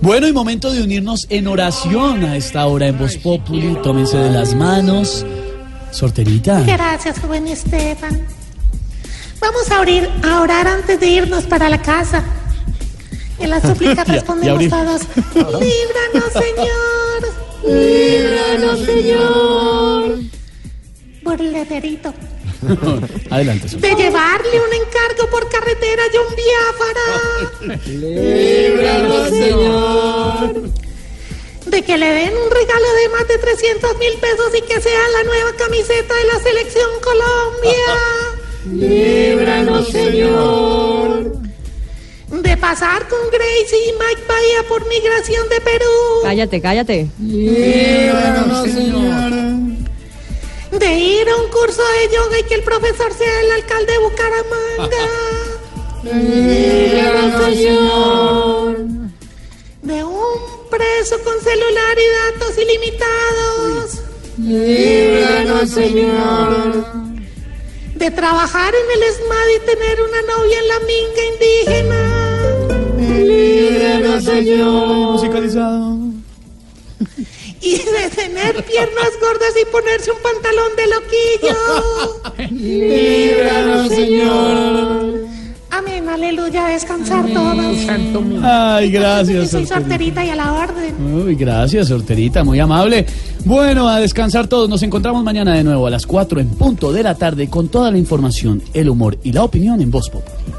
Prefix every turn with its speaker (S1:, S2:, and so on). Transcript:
S1: Bueno, y momento de unirnos en oración a esta hora en Voz Populi. Tómense de las manos. Sorterita.
S2: Gracias, joven Esteban. Vamos a, orir- a orar antes de irnos para la casa. En la súplica
S1: Ya- ya
S2: respondemos
S1: abrí.
S2: todos. Líbranos, Señor.
S3: Líbranos, Señor.
S2: Burlederito.
S1: Adelante. Sor.
S2: De llevarle un encargo por carretera a John Biafara.
S3: Líbranos, Señor.
S2: De que le den un regalo de más de 300 mil pesos y que sea la nueva camiseta de la Selección Colombia.
S3: Líbranos, Señor.
S2: De pasar con Gracie y Mike Bahía por migración de Perú.
S4: Cállate, cállate.
S3: Líbranos, Señor.
S2: De ir a un curso de yoga y que el profesor sea el alcalde de Bucaramanga.
S3: Líbranos, Señor.
S2: De un preso con celular y datos ilimitados.
S3: Líbranos, Señor.
S2: De trabajar en el ESMAD y tener una novia en la minga indígena.
S3: Líbranos, Señor.
S1: Musicalizado.
S2: Y de tener piernas gordas y ponerse un pantalón de loquillo.
S3: Líbranos, Señor.
S2: Amén, aleluya, descansar todos.
S1: Ay, gracias.
S2: Soy
S1: Sorterita.
S2: sorterita y a la orden.
S1: Uy, gracias, Sorterita, muy amable. Bueno, a descansar todos. Nos encontramos mañana de nuevo a las 4 en punto de la tarde con toda la información, el humor y la opinión en Voz Populi.